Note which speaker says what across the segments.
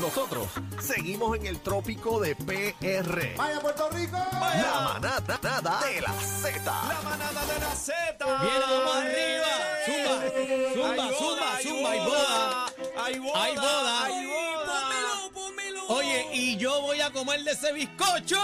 Speaker 1: Nosotros seguimos en el trópico de PR.
Speaker 2: ¡Vaya Puerto Rico!
Speaker 1: La manada nada de la Z.
Speaker 2: ¡La manada de la Z!
Speaker 3: Viene, vamos arriba. Zumba, zumba,
Speaker 2: Hay
Speaker 3: zumba,
Speaker 2: hay
Speaker 3: zumba, hay boda.
Speaker 2: ¡Hay boda!
Speaker 3: Hay boda.
Speaker 2: hay boda.
Speaker 4: Pónmelo, pónmelo.
Speaker 3: Oye, y yo voy a comer de ese bizcocho.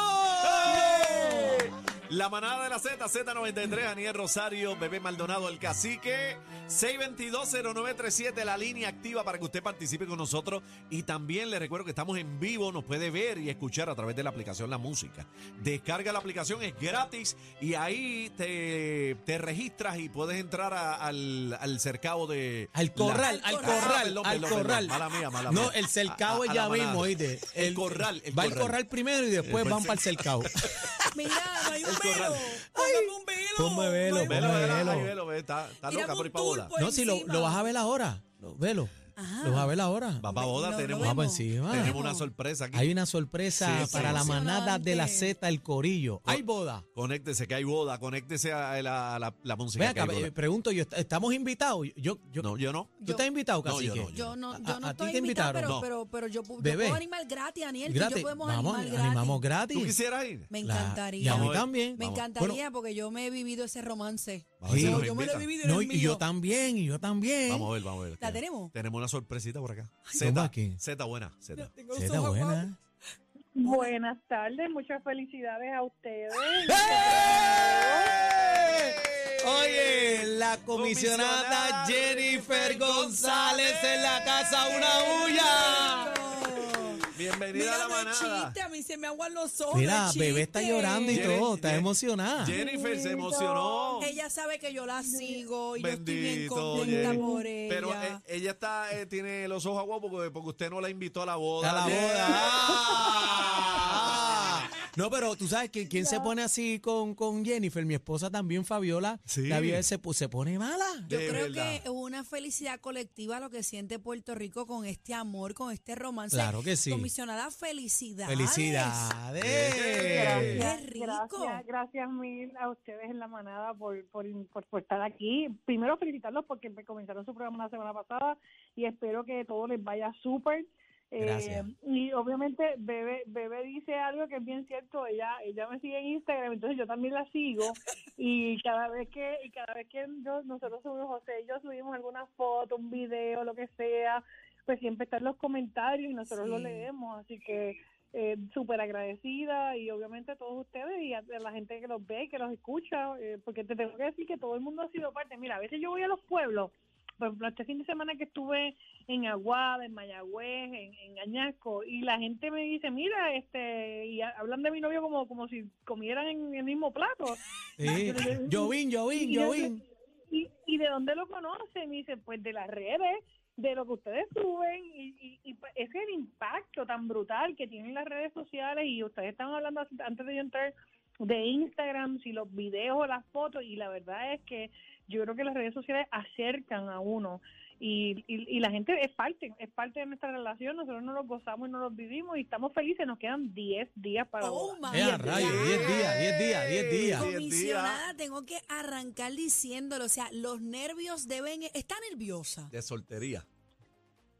Speaker 2: La manada de la Z, Z93, Aniel Rosario, Bebé Maldonado, el cacique. 6220937, la línea activa para que usted participe con nosotros. Y también le recuerdo que estamos en vivo, nos puede ver y escuchar a través de la aplicación La Música. Descarga la aplicación, es gratis y ahí te, te registras y puedes entrar a- al, al cercado de.
Speaker 3: Al corral,
Speaker 2: la-
Speaker 3: al
Speaker 2: Ah,
Speaker 3: corral,
Speaker 2: perdón, perdón,
Speaker 3: al
Speaker 2: perdón.
Speaker 3: corral.
Speaker 2: Mala mía, mala mía.
Speaker 3: No, el cercado
Speaker 2: A-
Speaker 3: es
Speaker 2: a
Speaker 3: ya
Speaker 2: la manada.
Speaker 3: mismo, oíste.
Speaker 2: El, corral, el
Speaker 3: va
Speaker 2: corral.
Speaker 3: al corral primero y
Speaker 2: Después
Speaker 3: después van
Speaker 2: se-
Speaker 3: para el cercado.
Speaker 4: Mira, no hay un
Speaker 2: El corral.
Speaker 4: velo. Póngame un velo.
Speaker 3: Ponme velo,
Speaker 4: No hay un
Speaker 2: Velo, velo,
Speaker 3: Velo.
Speaker 2: ay, velo, ve, está, está
Speaker 4: Tiramos
Speaker 2: loca por ir
Speaker 4: un
Speaker 2: pa' boda.
Speaker 4: turpo.
Speaker 3: no, si lo,
Speaker 4: encima.
Speaker 3: lo vas a ver ahora. Lo- Velo.
Speaker 4: Ajá.
Speaker 3: Lo vas a ver ahora.
Speaker 2: Va para boda,
Speaker 4: Lo- lo
Speaker 2: tenemos,
Speaker 3: vemos.
Speaker 2: pa'
Speaker 3: encima.
Speaker 2: tenemos una sorpresa aquí.
Speaker 3: Hay una sorpresa
Speaker 2: Sí,
Speaker 3: para
Speaker 2: sí,
Speaker 3: la
Speaker 2: sí. Oh.
Speaker 3: manada de la
Speaker 4: Emocionante.
Speaker 3: Z, el corillo. Hay boda.
Speaker 2: Conéctese, que hay boda, conéctese a la, a la, la música.
Speaker 3: Ven
Speaker 2: que
Speaker 3: acá,
Speaker 2: hay boda.
Speaker 3: eh, pregunto yo, ¿est- ¿estamos invitados? Yo, yo,
Speaker 2: no, yo no.
Speaker 3: ¿Tú estás invitado,
Speaker 2: No,
Speaker 3: Cacique?
Speaker 2: yo no,
Speaker 4: Yo no, yo
Speaker 3: ¿A-
Speaker 4: no
Speaker 3: a ti
Speaker 4: estoy
Speaker 3: te
Speaker 4: invitada,
Speaker 3: invitaron?
Speaker 4: pero,
Speaker 2: No.
Speaker 4: pero, pero yo, yo
Speaker 3: Bebé.
Speaker 4: puedo animar gratis, Aniel. tú y
Speaker 3: Gratis.
Speaker 4: yo podemos
Speaker 3: Vamos,
Speaker 4: animar gratis.
Speaker 3: animamos gratis.
Speaker 2: ¿Tú quisieras ir?
Speaker 4: Me
Speaker 3: Claro. Y
Speaker 4: encantaría.
Speaker 3: a mí
Speaker 2: Vamos a ver.
Speaker 3: también.
Speaker 4: Me
Speaker 2: Vamos.
Speaker 4: encantaría
Speaker 3: Bueno,
Speaker 4: porque yo me he vivido ese romance.
Speaker 2: Vamos a ver si
Speaker 3: Sí.
Speaker 2: nos
Speaker 4: yo yo me lo he
Speaker 2: invitan.
Speaker 4: vivido y no
Speaker 3: No,
Speaker 4: es
Speaker 3: y yo
Speaker 4: mío.
Speaker 3: también, y yo también.
Speaker 2: Vamos a ver, vamos a ver.
Speaker 4: ¿La tenemos?
Speaker 2: Tenemos una sorpresita por acá.
Speaker 3: ¿cómo
Speaker 2: Z,
Speaker 3: aquí?
Speaker 2: Z buena, Z.
Speaker 4: Tengo los
Speaker 3: Zeta,
Speaker 4: ojos guapos.
Speaker 3: buena.
Speaker 5: Buenas tardes, muchas felicidades a ustedes.
Speaker 2: ¡Eh!
Speaker 3: Oye, la
Speaker 2: Comisionada
Speaker 3: comisionada Jennifer González en la casa, una bulla.
Speaker 2: Bienvenida
Speaker 4: Mira,
Speaker 2: a la
Speaker 4: no es
Speaker 2: manada.
Speaker 4: chiste, a mí se me aguan los ojos. no
Speaker 3: Mira,
Speaker 4: es
Speaker 3: bebé está
Speaker 4: chiste.
Speaker 3: llorando y
Speaker 2: Jenny-
Speaker 3: todo, está
Speaker 2: Jenny-
Speaker 3: emocionada.
Speaker 2: Jennifer se emocionó.
Speaker 4: Ella sabe que yo la sigo y yo
Speaker 2: Bendito,
Speaker 4: estoy bien contenta
Speaker 2: Jenny.
Speaker 4: por ella.
Speaker 2: Pero eh, ella está, eh, tiene los ojos aguados porque, porque usted no la invitó a la boda.
Speaker 3: A la
Speaker 2: Jenny.
Speaker 3: boda. No, pero tú sabes que quién se pone así con, con Jennifer, mi esposa también, Fabiola,
Speaker 2: Sí.
Speaker 3: la vida se, pu- se pone mala.
Speaker 4: yo
Speaker 2: de
Speaker 4: creo
Speaker 2: verdad.
Speaker 4: que es una felicidad colectiva lo que siente Puerto Rico con este amor, con este romance.
Speaker 3: Claro que sí.
Speaker 4: Comisionada, felicidades.
Speaker 3: Felicidades.
Speaker 4: Qué
Speaker 5: Gracias,
Speaker 4: rico.
Speaker 5: Gracias, gracias mil a ustedes en la manada por, por, por, por estar aquí. Primero felicitarlos porque comenzaron su programa la semana pasada y espero que todo les vaya súper. Eh,
Speaker 3: Gracias.
Speaker 5: y obviamente Bebe, Bebe dice algo que es bien cierto, ella, ella me sigue en Instagram, entonces yo también la sigo y cada vez que, y cada vez que yo- nosotros subimos, José y yo subimos alguna foto, un video, lo que sea, pues siempre están los comentarios y nosotros los
Speaker 4: Sí.
Speaker 5: leemos, así que eh, súper agradecida y obviamente a todos ustedes y a, a la gente que los ve, que los escucha, eh, porque te tengo que decir que todo el mundo ha sido parte. Mira, a veces yo voy a los pueblos, por ejemplo, este fin de semana que estuve en Aguada, en Mayagüez, en, en Añasco, y la gente me dice, mira, este, y ha- hablan de mi novio como, como si comieran en el mismo plato.
Speaker 3: Sí. Jovín, Jovín,
Speaker 5: Y yo-
Speaker 3: Jovín.
Speaker 5: ¿Y, y de dónde lo conocen? Y dice, pues de las redes, de lo que ustedes suben. Y, y, y pa- ese es el impacto tan brutal que tienen las redes sociales. Y ustedes están hablando así- antes de yo entrar de Instagram, si los videos, las fotos. Y la verdad es que yo creo que las redes sociales acercan a uno. Y, y, y la gente es parte, es parte de nuestra relación. Nosotros no los gozamos y no los vivimos. Y estamos felices. Nos quedan 10 días para
Speaker 4: Oh,
Speaker 5: boda.
Speaker 4: my
Speaker 3: Eh, a
Speaker 4: God.
Speaker 3: rayos, 10 días, 10 días, 10 días.
Speaker 2: Diez
Speaker 4: Comisionada, tengo que arrancar diciéndolo. O sea, los nervios deben. Está nerviosa.
Speaker 2: De soltería.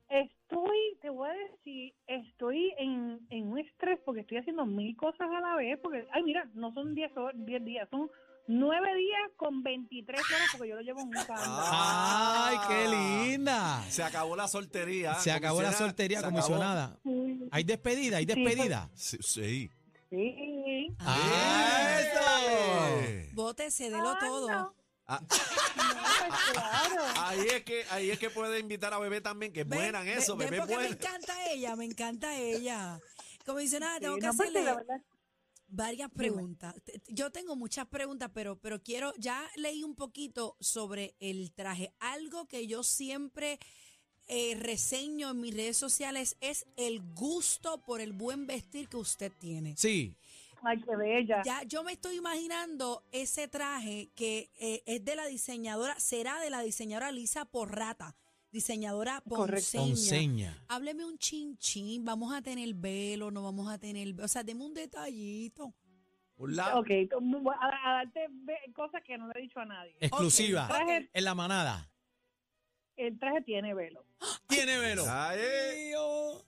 Speaker 5: Estoy, te voy a decir, estoy en, en un estrés porque estoy haciendo mil cosas a la vez. Porque, ay, mira, no son 10 hor- 10 días, son 9 días con 23 horas porque yo lo llevo en un calendar.
Speaker 3: Ah. Ay, qué linda.
Speaker 2: Se acabó la soltería.
Speaker 3: Se acabó la
Speaker 2: Ah. comisionada,
Speaker 3: soltería,
Speaker 2: se acabó.
Speaker 3: comisionada.
Speaker 5: Sí,
Speaker 3: Hay despedida, hay
Speaker 5: Sí, pues.
Speaker 3: despedida.
Speaker 2: Sí. sí.
Speaker 5: sí.
Speaker 3: Ah, eso.
Speaker 2: Eh.
Speaker 4: Bótese, delo
Speaker 5: Ah,
Speaker 4: todo.
Speaker 5: no.
Speaker 2: Ah,
Speaker 5: Pues claro.
Speaker 2: ahí es que ahí es que puede invitar a Bebé también, que es
Speaker 4: Ven,
Speaker 2: buena en
Speaker 4: ven,
Speaker 2: eso,
Speaker 4: ven,
Speaker 2: Bebé es
Speaker 4: porque me
Speaker 2: buena.
Speaker 4: encanta ella, me encanta ella. Comisionada, tengo
Speaker 5: Sí,
Speaker 4: que
Speaker 5: no, porque
Speaker 4: hacerle
Speaker 5: la verdad
Speaker 4: varias
Speaker 5: Dime.
Speaker 4: preguntas. Te- te- Yo tengo muchas preguntas, pero, pero quiero, ya leí un poquito sobre el traje. Algo que yo siempre eh, reseño en mis redes sociales es el gusto por el buen vestir que usted tiene.
Speaker 3: Sí,
Speaker 5: Ay, qué bella.
Speaker 4: Ya yo me estoy imaginando ese traje que eh, es de la diseñadora, será de la diseñadora Lisa Porrata, diseñadora
Speaker 5: Correcto.
Speaker 3: con
Speaker 4: ponceña.
Speaker 3: seña.
Speaker 4: Hábleme un chin chin, vamos a tener velo, no vamos a tener velo. O sea, deme un detallito.
Speaker 2: Un lado.
Speaker 5: Ok, tú- voy a, a darte ve- cosas que no le he dicho a nadie.
Speaker 3: Exclusiva.
Speaker 5: El traje,
Speaker 3: En la manada.
Speaker 5: el traje tiene velo.
Speaker 3: Tiene velo.
Speaker 2: Ahí.
Speaker 4: Dios.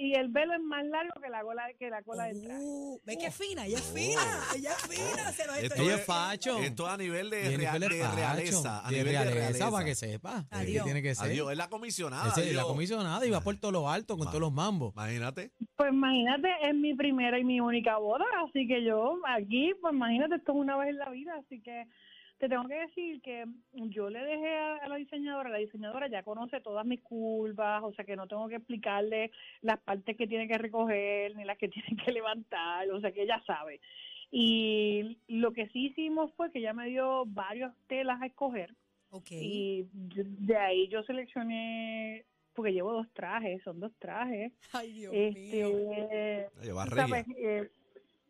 Speaker 5: el velo es más largo que la cola, que la cola del traje.
Speaker 4: Uh, ¿Ves que fina? Ella es fina. Ella es fina. Se nos
Speaker 2: Esto
Speaker 4: estoy-
Speaker 3: Ella es facho.
Speaker 2: Esto a nivel de,
Speaker 3: Jennifer
Speaker 2: real-
Speaker 3: es
Speaker 2: de
Speaker 3: facho,
Speaker 2: realeza. A
Speaker 3: de
Speaker 2: nivel de
Speaker 3: realeza,
Speaker 2: realeza.
Speaker 3: para que sepa. Es que
Speaker 4: Adiós.
Speaker 3: tiene que ser.
Speaker 2: Adiós, es la comisionada.
Speaker 3: Ese, la
Speaker 2: adiós.
Speaker 3: comisionada iba por todo lo alto con
Speaker 2: Vale.
Speaker 3: todos los mambos.
Speaker 2: Imagínate.
Speaker 5: Pues imagínate, es mi primera y mi única boda, así que yo aquí, pues imagínate, esto es una vez en la vida, así que te tengo que decir que yo le dejé a, a la diseñadora, la diseñadora ya conoce todas mis curvas, o sea que no tengo que explicarle las partes que tiene que recoger, ni las que tiene que levantar, o sea que ella sabe. Y lo que sí hicimos fue que ella me dio varias telas a escoger
Speaker 4: Ok.
Speaker 5: y yo- de ahí yo seleccioné, porque llevo dos trajes, son dos trajes.
Speaker 4: Ay, Dios mío.
Speaker 5: Este,
Speaker 2: Lleva
Speaker 5: tú
Speaker 2: regia.
Speaker 5: sabes, eh,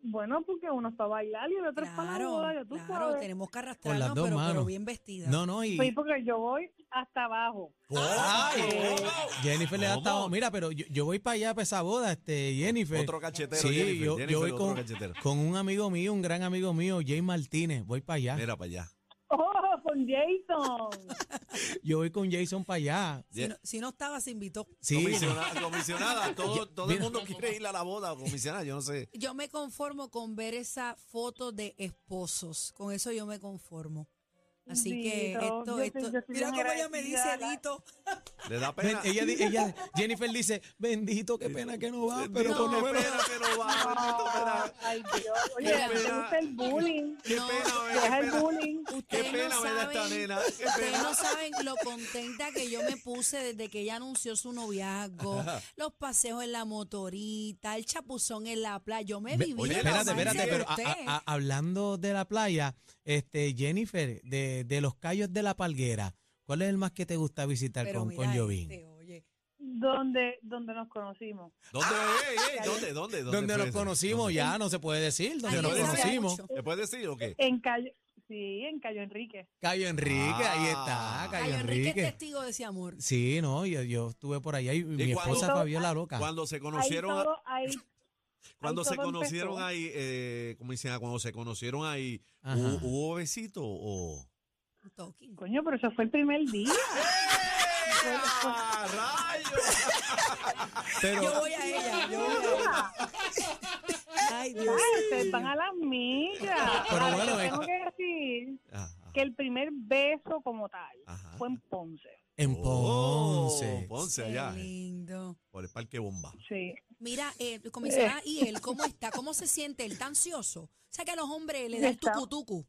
Speaker 5: bueno, porque uno está a bailar y el otro es para la boda,
Speaker 4: Claro,
Speaker 5: ya tú
Speaker 4: claro,
Speaker 5: sabes.
Speaker 4: tenemos que
Speaker 3: Con las
Speaker 4: arrastrarnos,
Speaker 3: dos
Speaker 4: pero, pero
Speaker 3: manos.
Speaker 4: bien vestidas.
Speaker 3: No, no, y. Oh,
Speaker 5: Sí, porque yo voy hasta abajo.
Speaker 2: Oh, Ay,
Speaker 5: Eh,
Speaker 2: ¿cómo?
Speaker 3: Jennifer le da hasta
Speaker 2: ¿Cómo?
Speaker 3: abajo. Mira, pero yo, yo voy para allá para esa boda, este, Jennifer.
Speaker 2: Otro cachetero.
Speaker 3: Sí,
Speaker 2: Jennifer,
Speaker 3: yo- yo
Speaker 2: Jennifer,
Speaker 3: voy
Speaker 2: otro
Speaker 3: con-
Speaker 2: cachetero.
Speaker 3: Con un amigo mío, un gran amigo mío, Jay Martínez. Voy para allá.
Speaker 2: Mira para allá.
Speaker 5: ¡Oh, con Jason!
Speaker 3: Yo voy con Jason para allá.
Speaker 4: Si, no, si no estaba, se invitó.
Speaker 3: Sí.
Speaker 2: Comisionada, comisionada, todo, todo el
Speaker 3: Mira.
Speaker 2: mundo quiere ir a la boda, comisionada, yo no sé.
Speaker 4: Yo me conformo con ver esa foto de esposos. Con eso yo me conformo. Así que
Speaker 5: Dito,
Speaker 4: esto,
Speaker 5: yo soy-
Speaker 4: esto.
Speaker 5: yo soy
Speaker 4: mira
Speaker 5: bien
Speaker 4: cómo ella me dice,
Speaker 5: agradecida, la-
Speaker 4: Lito.
Speaker 2: Le da
Speaker 3: Ven,
Speaker 2: pena.
Speaker 3: ella, di- ella- Jennifer dice, bendito, qué pena que no va, pero
Speaker 2: Bendito,
Speaker 3: por lo
Speaker 2: qué
Speaker 3: menos.
Speaker 2: pena que no va, bendito, pena.
Speaker 5: Ah, Ay, Dios. Oye,
Speaker 2: Qué
Speaker 5: me
Speaker 2: pena.
Speaker 5: gusta el bullying.
Speaker 2: Qué
Speaker 4: No,
Speaker 2: pena, ve,
Speaker 5: Deja
Speaker 2: qué
Speaker 5: el
Speaker 2: pena.
Speaker 5: bullying.
Speaker 2: Qué
Speaker 4: Ustedes
Speaker 2: pena
Speaker 4: no
Speaker 2: me da esta
Speaker 4: saben,
Speaker 2: nena. Qué
Speaker 4: ustedes
Speaker 2: pena.
Speaker 4: no saben lo contenta que yo me puse desde que ella anunció su noviazgo, los paseos en la motorita, el chapuzón en la playa. Yo me
Speaker 3: Ve-
Speaker 4: viví.
Speaker 2: Oye,
Speaker 3: Oye,
Speaker 4: la
Speaker 3: espérate,
Speaker 4: madre
Speaker 3: espérate,
Speaker 4: de
Speaker 3: pero a-
Speaker 4: usted.
Speaker 3: a- a- hablando de la playa, este Jennifer, de, de los callos de la palguera, ¿cuál es el más que te gusta visitar
Speaker 4: Pero
Speaker 3: con,
Speaker 4: mira
Speaker 3: con Jovín?
Speaker 4: este, oye.
Speaker 5: Donde, donde nos conocimos.
Speaker 2: ¿Dónde, ey, ey, dónde, dónde, dónde?
Speaker 3: Donde
Speaker 2: fue
Speaker 3: nos
Speaker 2: eso?
Speaker 3: conocimos,
Speaker 2: ¿Dónde?
Speaker 3: ya no se puede decir, donde
Speaker 4: Ay,
Speaker 3: nos
Speaker 2: él sabe
Speaker 3: conocimos.
Speaker 4: mucho.
Speaker 2: ¿Me puedes decir o qué?
Speaker 5: En Cayo, sí, en Cayo Enrique.
Speaker 3: Cayo Enrique, ahí está,
Speaker 2: Ah.
Speaker 3: Cayo,
Speaker 4: Ay, Enrique es
Speaker 3: Enrique.
Speaker 4: testigo de ese amor.
Speaker 3: Sí, no, yo, yo estuve por allá y, mi
Speaker 2: cuando-
Speaker 3: esposa Fabiola loca.
Speaker 2: Cuando se
Speaker 5: Ahí
Speaker 2: conocieron, a-
Speaker 5: todo, ahí,
Speaker 2: cuando
Speaker 5: ahí
Speaker 2: se
Speaker 5: todo
Speaker 2: conocieron
Speaker 5: empezó.
Speaker 2: ahí, eh, ¿cómo dicen? Cuando se conocieron ahí,
Speaker 3: Ajá.
Speaker 2: ¿hu- ¿hubo besito o...?
Speaker 4: Talking.
Speaker 5: coño, pero eso fue el primer día.
Speaker 2: ¡Ah, rayos!
Speaker 3: Pero
Speaker 4: Yo voy a ella, yo voy a ella. Ay,
Speaker 5: Ay,
Speaker 4: Dios.
Speaker 5: Ah, ustedes van a las millas.
Speaker 3: Pero
Speaker 5: Ay,
Speaker 3: bueno,
Speaker 5: yo
Speaker 3: es-
Speaker 5: tengo que decir
Speaker 2: Ah,
Speaker 5: que el primer beso como tal
Speaker 2: Ajá.
Speaker 5: fue en Ponce.
Speaker 3: en
Speaker 2: Oh,
Speaker 3: Ponce.
Speaker 2: Ponce, allá,
Speaker 4: Qué lindo.
Speaker 2: por el Parque Bomba.
Speaker 5: Sí.
Speaker 4: Mira, eh, comisionada, ¿y él cómo está? ¿Cómo se siente? ¿Él está ansioso? O sea, que a los hombres le da el
Speaker 5: Está-
Speaker 4: tucutucu.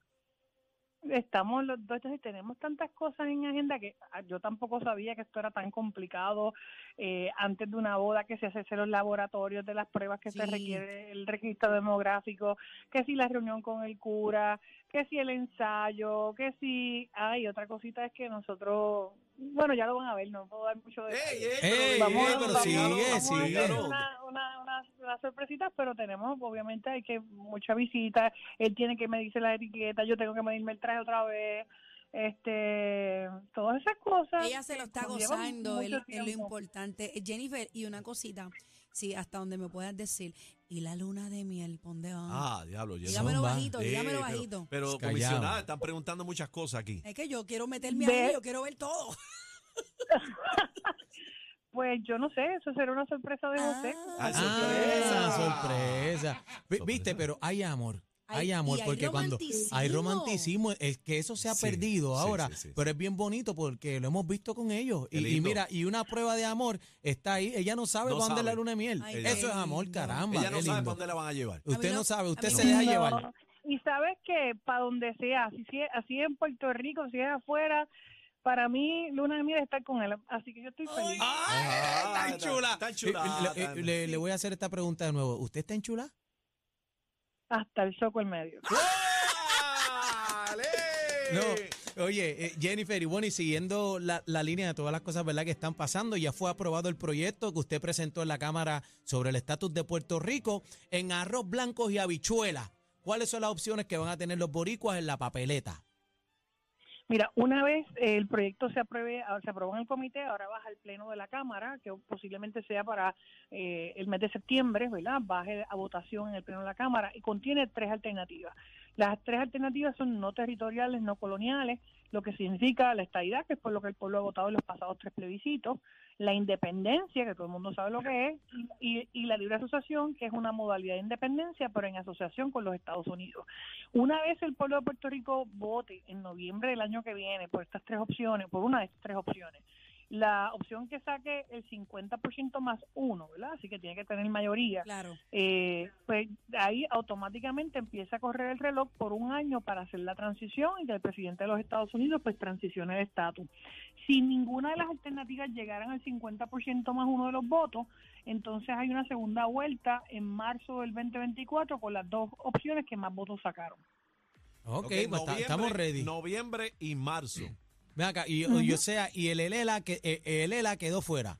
Speaker 5: Estamos los dos y tenemos tantas cosas en agenda que ah, yo tampoco sabía que esto era tan complicado eh, antes de una boda, que se hace los laboratorios de las pruebas que se
Speaker 4: Sí.
Speaker 5: requiere el registro demográfico, que si la reunión con el cura, que si el ensayo, que si... Ay, otra cosita es que nosotros... Bueno, ya lo van a ver, no puedo dar mucho de...
Speaker 2: ¡Ey, ey!
Speaker 3: Ey,
Speaker 2: Vamos,
Speaker 5: ey,
Speaker 2: vamos,
Speaker 5: pero
Speaker 2: sigue,
Speaker 5: Vamos a
Speaker 2: sigue.
Speaker 5: hacer una, una, una- unas sorpresitas, pero tenemos, obviamente, hay que mucha visita. Él tiene que medirse la etiqueta, yo tengo que medirme el traje otra vez. Este, todas esas cosas.
Speaker 4: Ella se lo está
Speaker 5: que llevan
Speaker 4: gozando, es
Speaker 5: mucho
Speaker 4: lo- es lo
Speaker 5: tiempo.
Speaker 4: importante. Eh, Jennifer, y una cosita, sí, hasta donde me puedas decir, y la luna de miel, ¿pa' ¿dónde va?
Speaker 2: Ah, diablo. ya
Speaker 4: dígamelo
Speaker 3: zumba.
Speaker 4: bajito,
Speaker 2: Eh, pero-
Speaker 4: dígamelo bajito.
Speaker 2: Pero,
Speaker 3: Callao.
Speaker 2: comisionada, están preguntando muchas cosas aquí.
Speaker 4: es que yo quiero meterme
Speaker 5: Ve-
Speaker 4: ahí, yo quiero ver todo.
Speaker 5: Pues yo no sé, eso será una sorpresa de José.
Speaker 4: Ah,
Speaker 2: Ah,
Speaker 3: Ah,
Speaker 2: sorpresa.
Speaker 3: sorpresa. Vi- Viste,
Speaker 2: Sorpresa.
Speaker 3: pero hay amor. Hay
Speaker 4: Hay-
Speaker 3: amor,
Speaker 4: y hay
Speaker 3: porque cuando hay
Speaker 4: romanticismo.
Speaker 3: romanticismo, es que eso se ha
Speaker 2: Sí,
Speaker 3: perdido
Speaker 2: sí,
Speaker 3: ahora,
Speaker 2: sí, sí, sí.
Speaker 3: pero es bien bonito porque lo hemos visto con ellos.
Speaker 2: Qué
Speaker 3: Y, y
Speaker 2: lindo.
Speaker 3: mira, y una prueba de amor está ahí, ella no sabe
Speaker 2: No
Speaker 3: para dónde es la
Speaker 2: sabe.
Speaker 3: luna de miel.
Speaker 4: Ay,
Speaker 2: qué
Speaker 3: eso es amor,
Speaker 4: lindo.
Speaker 3: caramba.
Speaker 2: Ella no
Speaker 3: qué
Speaker 2: sabe
Speaker 3: lindo.
Speaker 2: para dónde la van a llevar.
Speaker 3: Usted
Speaker 4: A mí
Speaker 3: no
Speaker 4: no-
Speaker 3: sabe,
Speaker 4: a
Speaker 3: usted
Speaker 4: mí
Speaker 3: se
Speaker 4: no.
Speaker 3: deja
Speaker 5: No.
Speaker 3: llevar.
Speaker 5: Y sabes que para donde sea, así, sea- así en Puerto Rico, si es afuera, para mí, Luna de Miel está con él. Así que yo estoy feliz.
Speaker 2: Ah,
Speaker 3: ¡Ay, tan chula!
Speaker 2: tan chula,
Speaker 3: Eh,
Speaker 2: eh,
Speaker 3: Le-
Speaker 2: tan-
Speaker 3: le- le voy a hacer esta pregunta de nuevo. ¿Usted está en chula?
Speaker 5: Hasta el soco en medio.
Speaker 2: ¡Dale!
Speaker 3: No, oye, eh, Jennifer, y bueno, y siguiendo la, la línea de todas las cosas ¿verdad? que están pasando, ya fue aprobado el proyecto que usted presentó en la Cámara sobre el estatus de Puerto Rico en arroz blancos y habichuelas. ¿Cuáles son las opciones que van a tener los boricuas en la papeleta?
Speaker 5: Mira, una vez eh, el proyecto se apruebe, ah, se aprobó en el comité, ahora baja al pleno de la Cámara, que posiblemente sea para eh, el mes de septiembre, ¿verdad? Baje a votación en el pleno de la Cámara y contiene tres alternativas. Las tres alternativas son no territoriales, no coloniales, lo que significa la estadidad, que es por lo que el pueblo ha votado en los pasados tres plebiscitos, la independencia, que todo el mundo sabe lo que es, y, y la libre asociación, que es una modalidad de independencia, pero en asociación con los Estados Unidos. Una vez el pueblo de Puerto Rico vote en noviembre del año que viene por estas tres opciones, por una de estas tres opciones, la opción que saque el 50% más uno, ¿verdad? Así que tiene que tener mayoría.
Speaker 4: Claro.
Speaker 5: Eh, pues ahí automáticamente empieza a correr el reloj por un año para hacer la transición y que el presidente de los Estados Unidos pues transicione el estatus. Si ninguna de las alternativas llegaran al 50% más uno de los votos, entonces hay una segunda vuelta en marzo del 2024 con las dos opciones que más votos sacaron.
Speaker 3: Ok,
Speaker 2: Ok,
Speaker 3: pues ta-
Speaker 2: noviembre-
Speaker 3: estamos ready.
Speaker 2: Noviembre y marzo.
Speaker 3: Ven acá, y,
Speaker 5: Ujú.
Speaker 3: y o sea, y el Elela, que, eh, el Elela quedó fuera.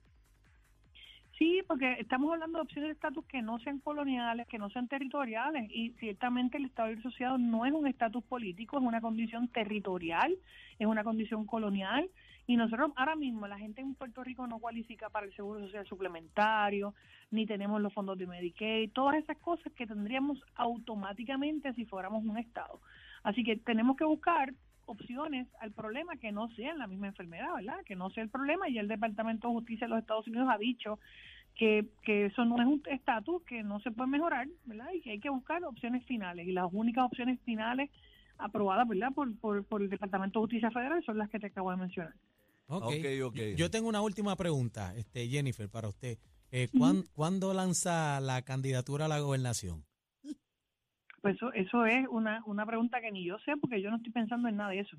Speaker 5: Sí, porque estamos hablando de opciones de estatus que no sean coloniales, que no sean territoriales, y ciertamente el Estado Libre Asociado no es un estatus político, es una condición territorial, es una condición colonial, y nosotros ahora mismo la gente en Puerto Rico no cualifica para el Seguro Social Suplementario, ni tenemos los fondos de Medicaid, todas esas cosas que tendríamos automáticamente si fuéramos un Estado. Así que tenemos que buscar opciones al problema que no sea la misma enfermedad, ¿verdad? Que no sea el problema, y el Departamento de Justicia de los Estados Unidos ha dicho que, que eso no es un estatus que no se puede mejorar, ¿verdad? Y que hay que buscar opciones finales. Y las únicas opciones finales aprobadas, ¿verdad? Por, por, por el Departamento de Justicia Federal son las que te acabo de mencionar.
Speaker 3: Ok.
Speaker 2: ok. ok.
Speaker 3: Yo tengo una última pregunta, este Jennifer, para usted. Eh, ¿cuán- ¿Cuándo lanza la candidatura a la gobernación?
Speaker 5: Pues eso, eso es una, una pregunta que ni yo sé porque yo no estoy pensando en nada de eso.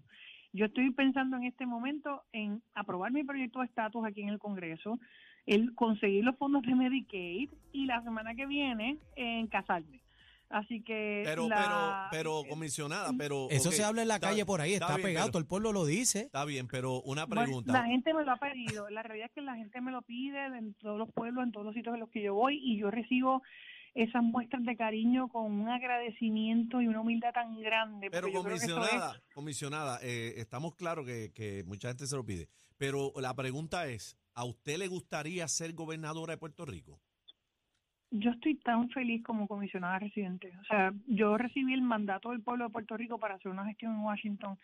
Speaker 5: Yo estoy pensando en este momento en aprobar mi proyecto de estatus aquí en el Congreso, el conseguir los fondos de Medicaid y la semana que viene en casarme. Así que...
Speaker 2: Pero,
Speaker 5: la-
Speaker 2: pero, pero, comisionada, pero.
Speaker 3: Eso
Speaker 2: ok,
Speaker 3: se habla en la
Speaker 2: está-
Speaker 3: calle por ahí, está,
Speaker 2: bien,
Speaker 3: pegado,
Speaker 2: pero-
Speaker 3: todo el pueblo lo dice.
Speaker 2: Está bien, pero una
Speaker 5: Bueno,
Speaker 2: pregunta.
Speaker 5: la gente me lo ha pedido. La realidad es que la gente me lo pide en todos los pueblos, en todos los sitios en los que yo voy y yo recibo esas muestras de cariño con un agradecimiento y una humildad tan grande. porque
Speaker 2: Pero
Speaker 5: yo creo que eso es-
Speaker 2: comisionada, comisionada, eh, estamos claros que, que mucha gente se lo pide. Pero la pregunta es, ¿a usted le gustaría ser gobernadora de Puerto Rico?
Speaker 5: yo estoy tan feliz como comisionada residente. O sea, yo recibí el mandato del pueblo de Puerto Rico para hacer una gestión en Washington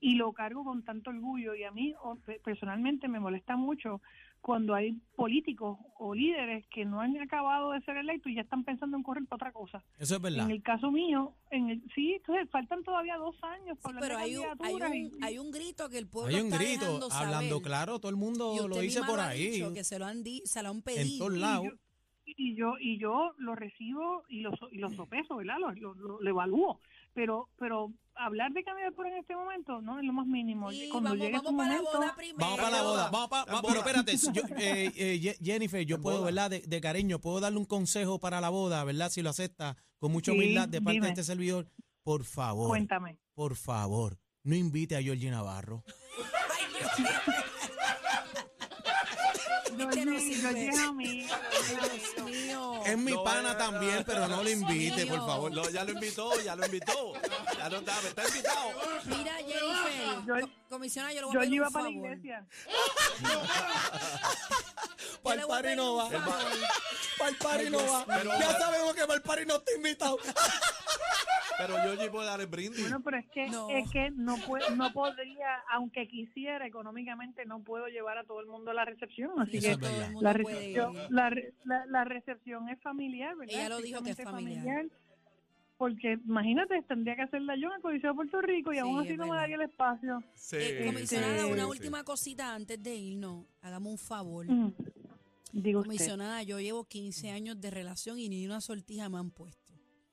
Speaker 5: y lo cargo con tanto orgullo y a mí o- pe- personalmente me molesta mucho cuando hay políticos o líderes que no han acabado de ser electos y ya están pensando en correr para otra cosa.
Speaker 3: Eso es verdad.
Speaker 5: En el caso mío, en el, sí, entonces faltan todavía dos años
Speaker 4: Sí,
Speaker 5: para
Speaker 4: pero
Speaker 5: hablar de
Speaker 4: hay un, hay,
Speaker 5: candidaturas y-
Speaker 4: un, hay un grito que el pueblo
Speaker 3: Hay un
Speaker 4: está
Speaker 3: grito,
Speaker 4: dejando saber.
Speaker 3: hablando claro, todo el
Speaker 4: Y
Speaker 3: mundo
Speaker 4: usted
Speaker 3: lo dice
Speaker 4: misma
Speaker 3: por
Speaker 4: ha
Speaker 3: ahí,
Speaker 4: dicho, que se lo han, di- se lo han
Speaker 3: en
Speaker 4: pedido.
Speaker 3: todos lados.
Speaker 5: y yo y yo lo recibo y lo so- y lo sopeso, ¿verdad? Lo, lo, lo- lo evalúo, pero pero hablar de candidatura en este momento no es lo más mínimo.
Speaker 4: Sí,
Speaker 5: Cuando
Speaker 4: vamos,
Speaker 5: llegue
Speaker 4: vamos
Speaker 5: su
Speaker 4: para
Speaker 5: momento,
Speaker 4: la boda primero.
Speaker 3: Vamos para la boda, vamos para,
Speaker 2: Está en
Speaker 3: pero
Speaker 2: boda.
Speaker 3: espérate, si yo- eh, eh, Ye- Jennifer, yo
Speaker 2: en
Speaker 3: puedo,
Speaker 2: boda.
Speaker 3: ¿verdad? De, de cariño, puedo darle un consejo para la boda, ¿verdad? Si lo acepta con mucha
Speaker 5: Sí,
Speaker 3: humildad de parte
Speaker 5: dime.
Speaker 3: de este servidor, por favor,
Speaker 5: cuéntame.
Speaker 3: por favor, no invite a Georgie Navarro.
Speaker 5: Yo,
Speaker 4: que no
Speaker 5: llegué- yo
Speaker 4: sirve.
Speaker 5: llegué a mí, yo llegué a mí.
Speaker 4: Dios mío.
Speaker 3: Es mi
Speaker 2: No,
Speaker 3: pana
Speaker 2: eh,
Speaker 3: también, pero no lo invite, por
Speaker 4: mío.
Speaker 3: favor.
Speaker 2: Lo- ya lo invitó, ya lo invitó. Ya lo está, está invitado.
Speaker 4: Mira, Jennifer,
Speaker 5: Yo-
Speaker 4: co- comisionada, yo le voy a
Speaker 5: Yo
Speaker 4: pedir
Speaker 5: iba
Speaker 4: un
Speaker 5: para la
Speaker 4: favor.
Speaker 5: iglesia.
Speaker 4: Yo le voy a
Speaker 3: Palpari
Speaker 4: pedir
Speaker 3: no
Speaker 4: un
Speaker 3: va.
Speaker 4: favor.
Speaker 3: Palpari no va. Ya sabemos que Palpari no está invitado.
Speaker 2: Pero Georgie puede dar el brindis.
Speaker 5: Bueno, pero es que
Speaker 4: No.
Speaker 5: es que no pue- no podría, aunque quisiera económicamente, no puedo llevar a todo el mundo a la recepción, así
Speaker 4: Eso
Speaker 5: que
Speaker 3: es
Speaker 4: todo
Speaker 3: verdad.
Speaker 4: el mundo
Speaker 5: la
Speaker 4: puede ir.
Speaker 5: recepción, la, re- la- la recepción es familiar, ¿verdad?
Speaker 4: Ella lo dijo que es
Speaker 5: Estrictamente
Speaker 4: familiar.
Speaker 5: Porque imagínate, tendría que hacerla yo en el Coliseo de Puerto Rico y
Speaker 4: Sí,
Speaker 5: aún así
Speaker 4: es
Speaker 5: no me
Speaker 4: verdad.
Speaker 5: daría el espacio.
Speaker 2: Sí,
Speaker 4: Eh,
Speaker 2: sí,
Speaker 4: comisionada,
Speaker 2: sí,
Speaker 4: una
Speaker 2: sí.
Speaker 4: última cosita antes de irnos. Hagamos un favor.
Speaker 5: Mm. Digo usted.
Speaker 4: Comisionada, yo llevo 15 años de relación y ni una sortija me han puesto.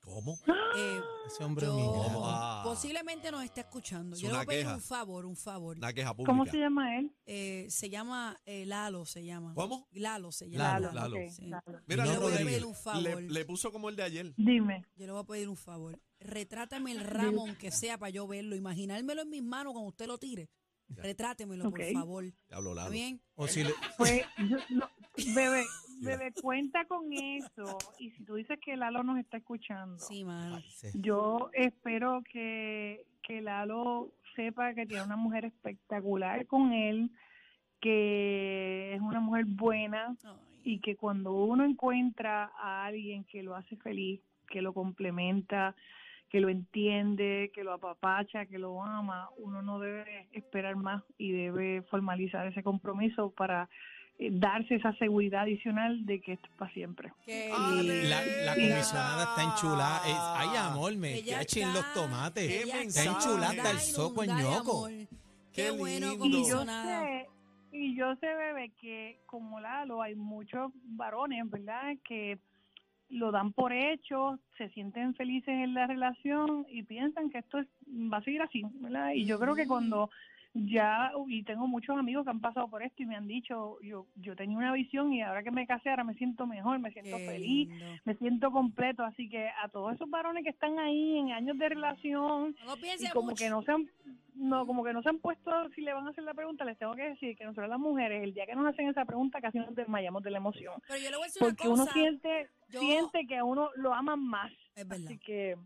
Speaker 2: ¿Cómo?
Speaker 4: Eh,
Speaker 3: Ese hombre es
Speaker 4: yo-
Speaker 2: ¿Cómo?
Speaker 3: migrante.
Speaker 2: Ah,
Speaker 4: posiblemente nos esté escuchando.
Speaker 2: Es
Speaker 4: Yo le voy
Speaker 2: una
Speaker 4: a pedir
Speaker 2: queja.
Speaker 4: un favor, un favor.
Speaker 2: Una queja pública.
Speaker 5: ¿Cómo se llama él?
Speaker 4: Eh, se llama eh, Lalo, se llama.
Speaker 2: ¿Cómo?
Speaker 4: Lalo se llama.
Speaker 3: Lalo,
Speaker 5: Lalo,
Speaker 2: Lalo.
Speaker 5: ok,
Speaker 4: Sí.
Speaker 5: Lalo.
Speaker 2: Mira,
Speaker 3: No,
Speaker 4: yo le voy a
Speaker 2: Rodríguez,
Speaker 4: pedir un favor.
Speaker 2: le, le puso como el de ayer.
Speaker 5: Dime.
Speaker 4: Yo le voy a pedir un favor. Retrátame el ramo, aunque sea para yo verlo. Imaginármelo en mis manos cuando usted lo tire. Retrátemelo,
Speaker 5: Ok.
Speaker 4: por favor. ¿Está
Speaker 2: Te habló Lalo.
Speaker 4: bien?
Speaker 3: O si le-
Speaker 5: Pues, yo- no, bebé, bebé, cuenta con eso. Y si tú dices que Lalo nos está escuchando,
Speaker 4: Sí, mano.
Speaker 5: yo espero que, que Lalo sepa que tiene una mujer espectacular con él, que es una mujer buena,
Speaker 4: Ay.
Speaker 5: y que cuando uno encuentra a alguien que lo hace feliz, que lo complementa, que lo entiende, que lo apapacha, que lo ama, uno no debe esperar más y debe formalizar ese compromiso para eh, darse esa seguridad adicional de que esto es para siempre.
Speaker 4: Que-
Speaker 2: Ale.
Speaker 3: La, la comisionada está enchulada. Es- ay, amor, me
Speaker 4: Ella
Speaker 3: cachin los
Speaker 4: está-
Speaker 3: tomates.
Speaker 2: Qué
Speaker 4: ella
Speaker 2: mensaje.
Speaker 4: está
Speaker 2: Enchulada
Speaker 4: inundada,
Speaker 2: el
Speaker 3: soco en
Speaker 4: inundada,
Speaker 3: ñoco.
Speaker 4: amor. Qué,
Speaker 2: Qué
Speaker 4: bueno,
Speaker 2: lindo.
Speaker 5: Y yo
Speaker 4: comisionada.
Speaker 5: sé, y yo sé, bebé, que como Lalo hay muchos varones, ¿verdad? Que lo dan por hecho, se sienten felices en la relación y piensan que esto es, va a seguir así, ¿verdad? Y yo creo que
Speaker 4: Mm.
Speaker 5: cuando ya, y tengo muchos amigos que han pasado por esto y me han dicho, yo, yo tenía una visión y ahora que me casé, ahora me siento mejor, me siento
Speaker 4: Qué
Speaker 5: feliz,
Speaker 4: lindo.
Speaker 5: me siento completo. Así que a todos esos varones que están ahí en años de relación,
Speaker 4: No lo
Speaker 5: y
Speaker 4: pienses
Speaker 5: como
Speaker 4: mucho.
Speaker 5: que no se han no como que no se han puesto si le van a hacer la pregunta les tengo que decir que nosotros las mujeres el día que nos hacen esa pregunta casi nos desmayamos de la emoción
Speaker 4: Pero yo le voy a decir
Speaker 5: porque
Speaker 4: una
Speaker 5: uno
Speaker 4: cosa.
Speaker 5: siente
Speaker 4: yo,
Speaker 5: siente que a uno lo aman más
Speaker 4: Es verdad.
Speaker 5: así que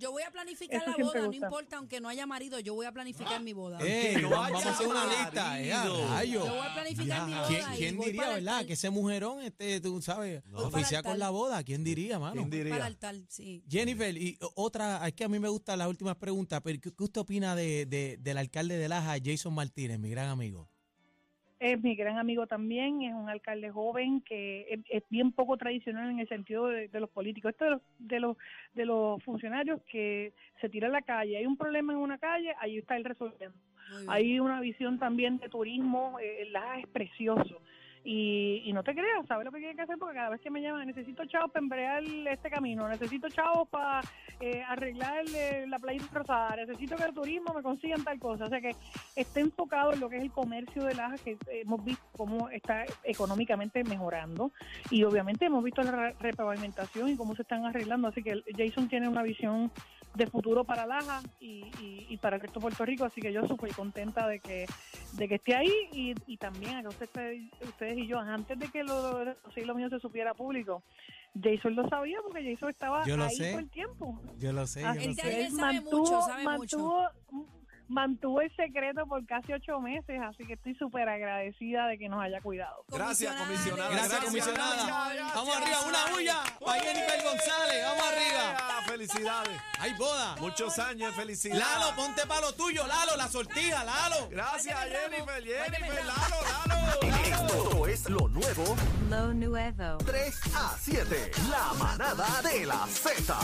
Speaker 4: yo voy a planificar
Speaker 5: Eso
Speaker 4: la
Speaker 5: siempre
Speaker 4: boda, no
Speaker 5: gusta.
Speaker 4: importa, aunque no haya marido, yo voy a planificar mi boda.
Speaker 3: Ey,
Speaker 2: Que no
Speaker 3: Eh, vamos,
Speaker 2: haya
Speaker 3: vamos a hacer una
Speaker 2: marido.
Speaker 3: lista. eh, a
Speaker 4: yo
Speaker 3: rayos.
Speaker 4: voy a planificar mi boda.
Speaker 3: ¿Quién,
Speaker 4: y
Speaker 3: quién
Speaker 4: voy
Speaker 3: diría,
Speaker 4: para el
Speaker 3: verdad?
Speaker 4: altar.
Speaker 3: Que ese mujerón, este, tú sabes,
Speaker 2: No,
Speaker 4: Voy para
Speaker 3: oficia
Speaker 4: el altar.
Speaker 3: con la boda. ¿Quién diría, mano?
Speaker 2: ¿Quién
Speaker 4: Para el
Speaker 2: diría?
Speaker 4: altar, sí.
Speaker 3: Jennifer, y otra, es que a mí me gustan las últimas preguntas, pero ¿qué, qué usted opina de, de- del alcalde de Laja, Jason Martínez, mi gran amigo?
Speaker 5: es mi gran amigo también es un alcalde joven que es, es bien poco tradicional en el sentido de, de los políticos esto de los, de los de los funcionarios que se tira a la calle hay un problema en una calle ahí está él resolviendo
Speaker 4: Muy bien.
Speaker 5: Hay una visión también de turismo, eh, la es precioso. Y, y no te creas, ¿sabes lo que tienes que hacer? Porque cada vez que me llaman, necesito chavos para embrear este camino, necesito chavos para eh, arreglar eh, la playa rosada, necesito que el turismo me consigan tal cosa. O sea que está enfocado en lo que es el comercio de Laja, que eh, hemos visto cómo está económicamente mejorando. Y obviamente hemos visto la re- repavimentación y cómo se están arreglando. Así que el- Jason tiene una visión de futuro para Laja y, y- y para el resto de Puerto Rico, así que yo súper contenta de que, de que esté ahí y, y también a que ustedes, ustedes y yo, antes de que lo, lo, lo mío se supiera público, Jason lo sabía porque Jason estaba
Speaker 3: Yo lo
Speaker 5: ahí
Speaker 3: sé.
Speaker 5: todo el tiempo.
Speaker 3: Yo lo sé, yo
Speaker 5: Ah,
Speaker 3: lo
Speaker 4: Él
Speaker 5: entonces,
Speaker 3: sé.
Speaker 4: sabe- sabe
Speaker 5: él
Speaker 4: mucho, sabe
Speaker 5: mantuvo, mantuvo el secreto por casi ocho meses, así que estoy súper agradecida de que nos haya cuidado.
Speaker 2: Gracias, comisionada.
Speaker 3: Gracias, comisionada. Vamos arriba, una bulla para Jennifer González. Vamos arriba.
Speaker 2: Ah, Felicidades.
Speaker 3: Hay boda.
Speaker 2: Muchos años de felicidad.
Speaker 3: Lalo, ponte para lo tuyo, Lalo, la sortija, Lalo.
Speaker 2: Gracias, Jennifer, Jennifer,
Speaker 4: Ramos.
Speaker 2: Lalo, Lalo,
Speaker 1: Esto
Speaker 2: Lalo.
Speaker 1: es lo nuevo
Speaker 6: Lo nuevo.
Speaker 1: 3 a 7. La manada de la Z.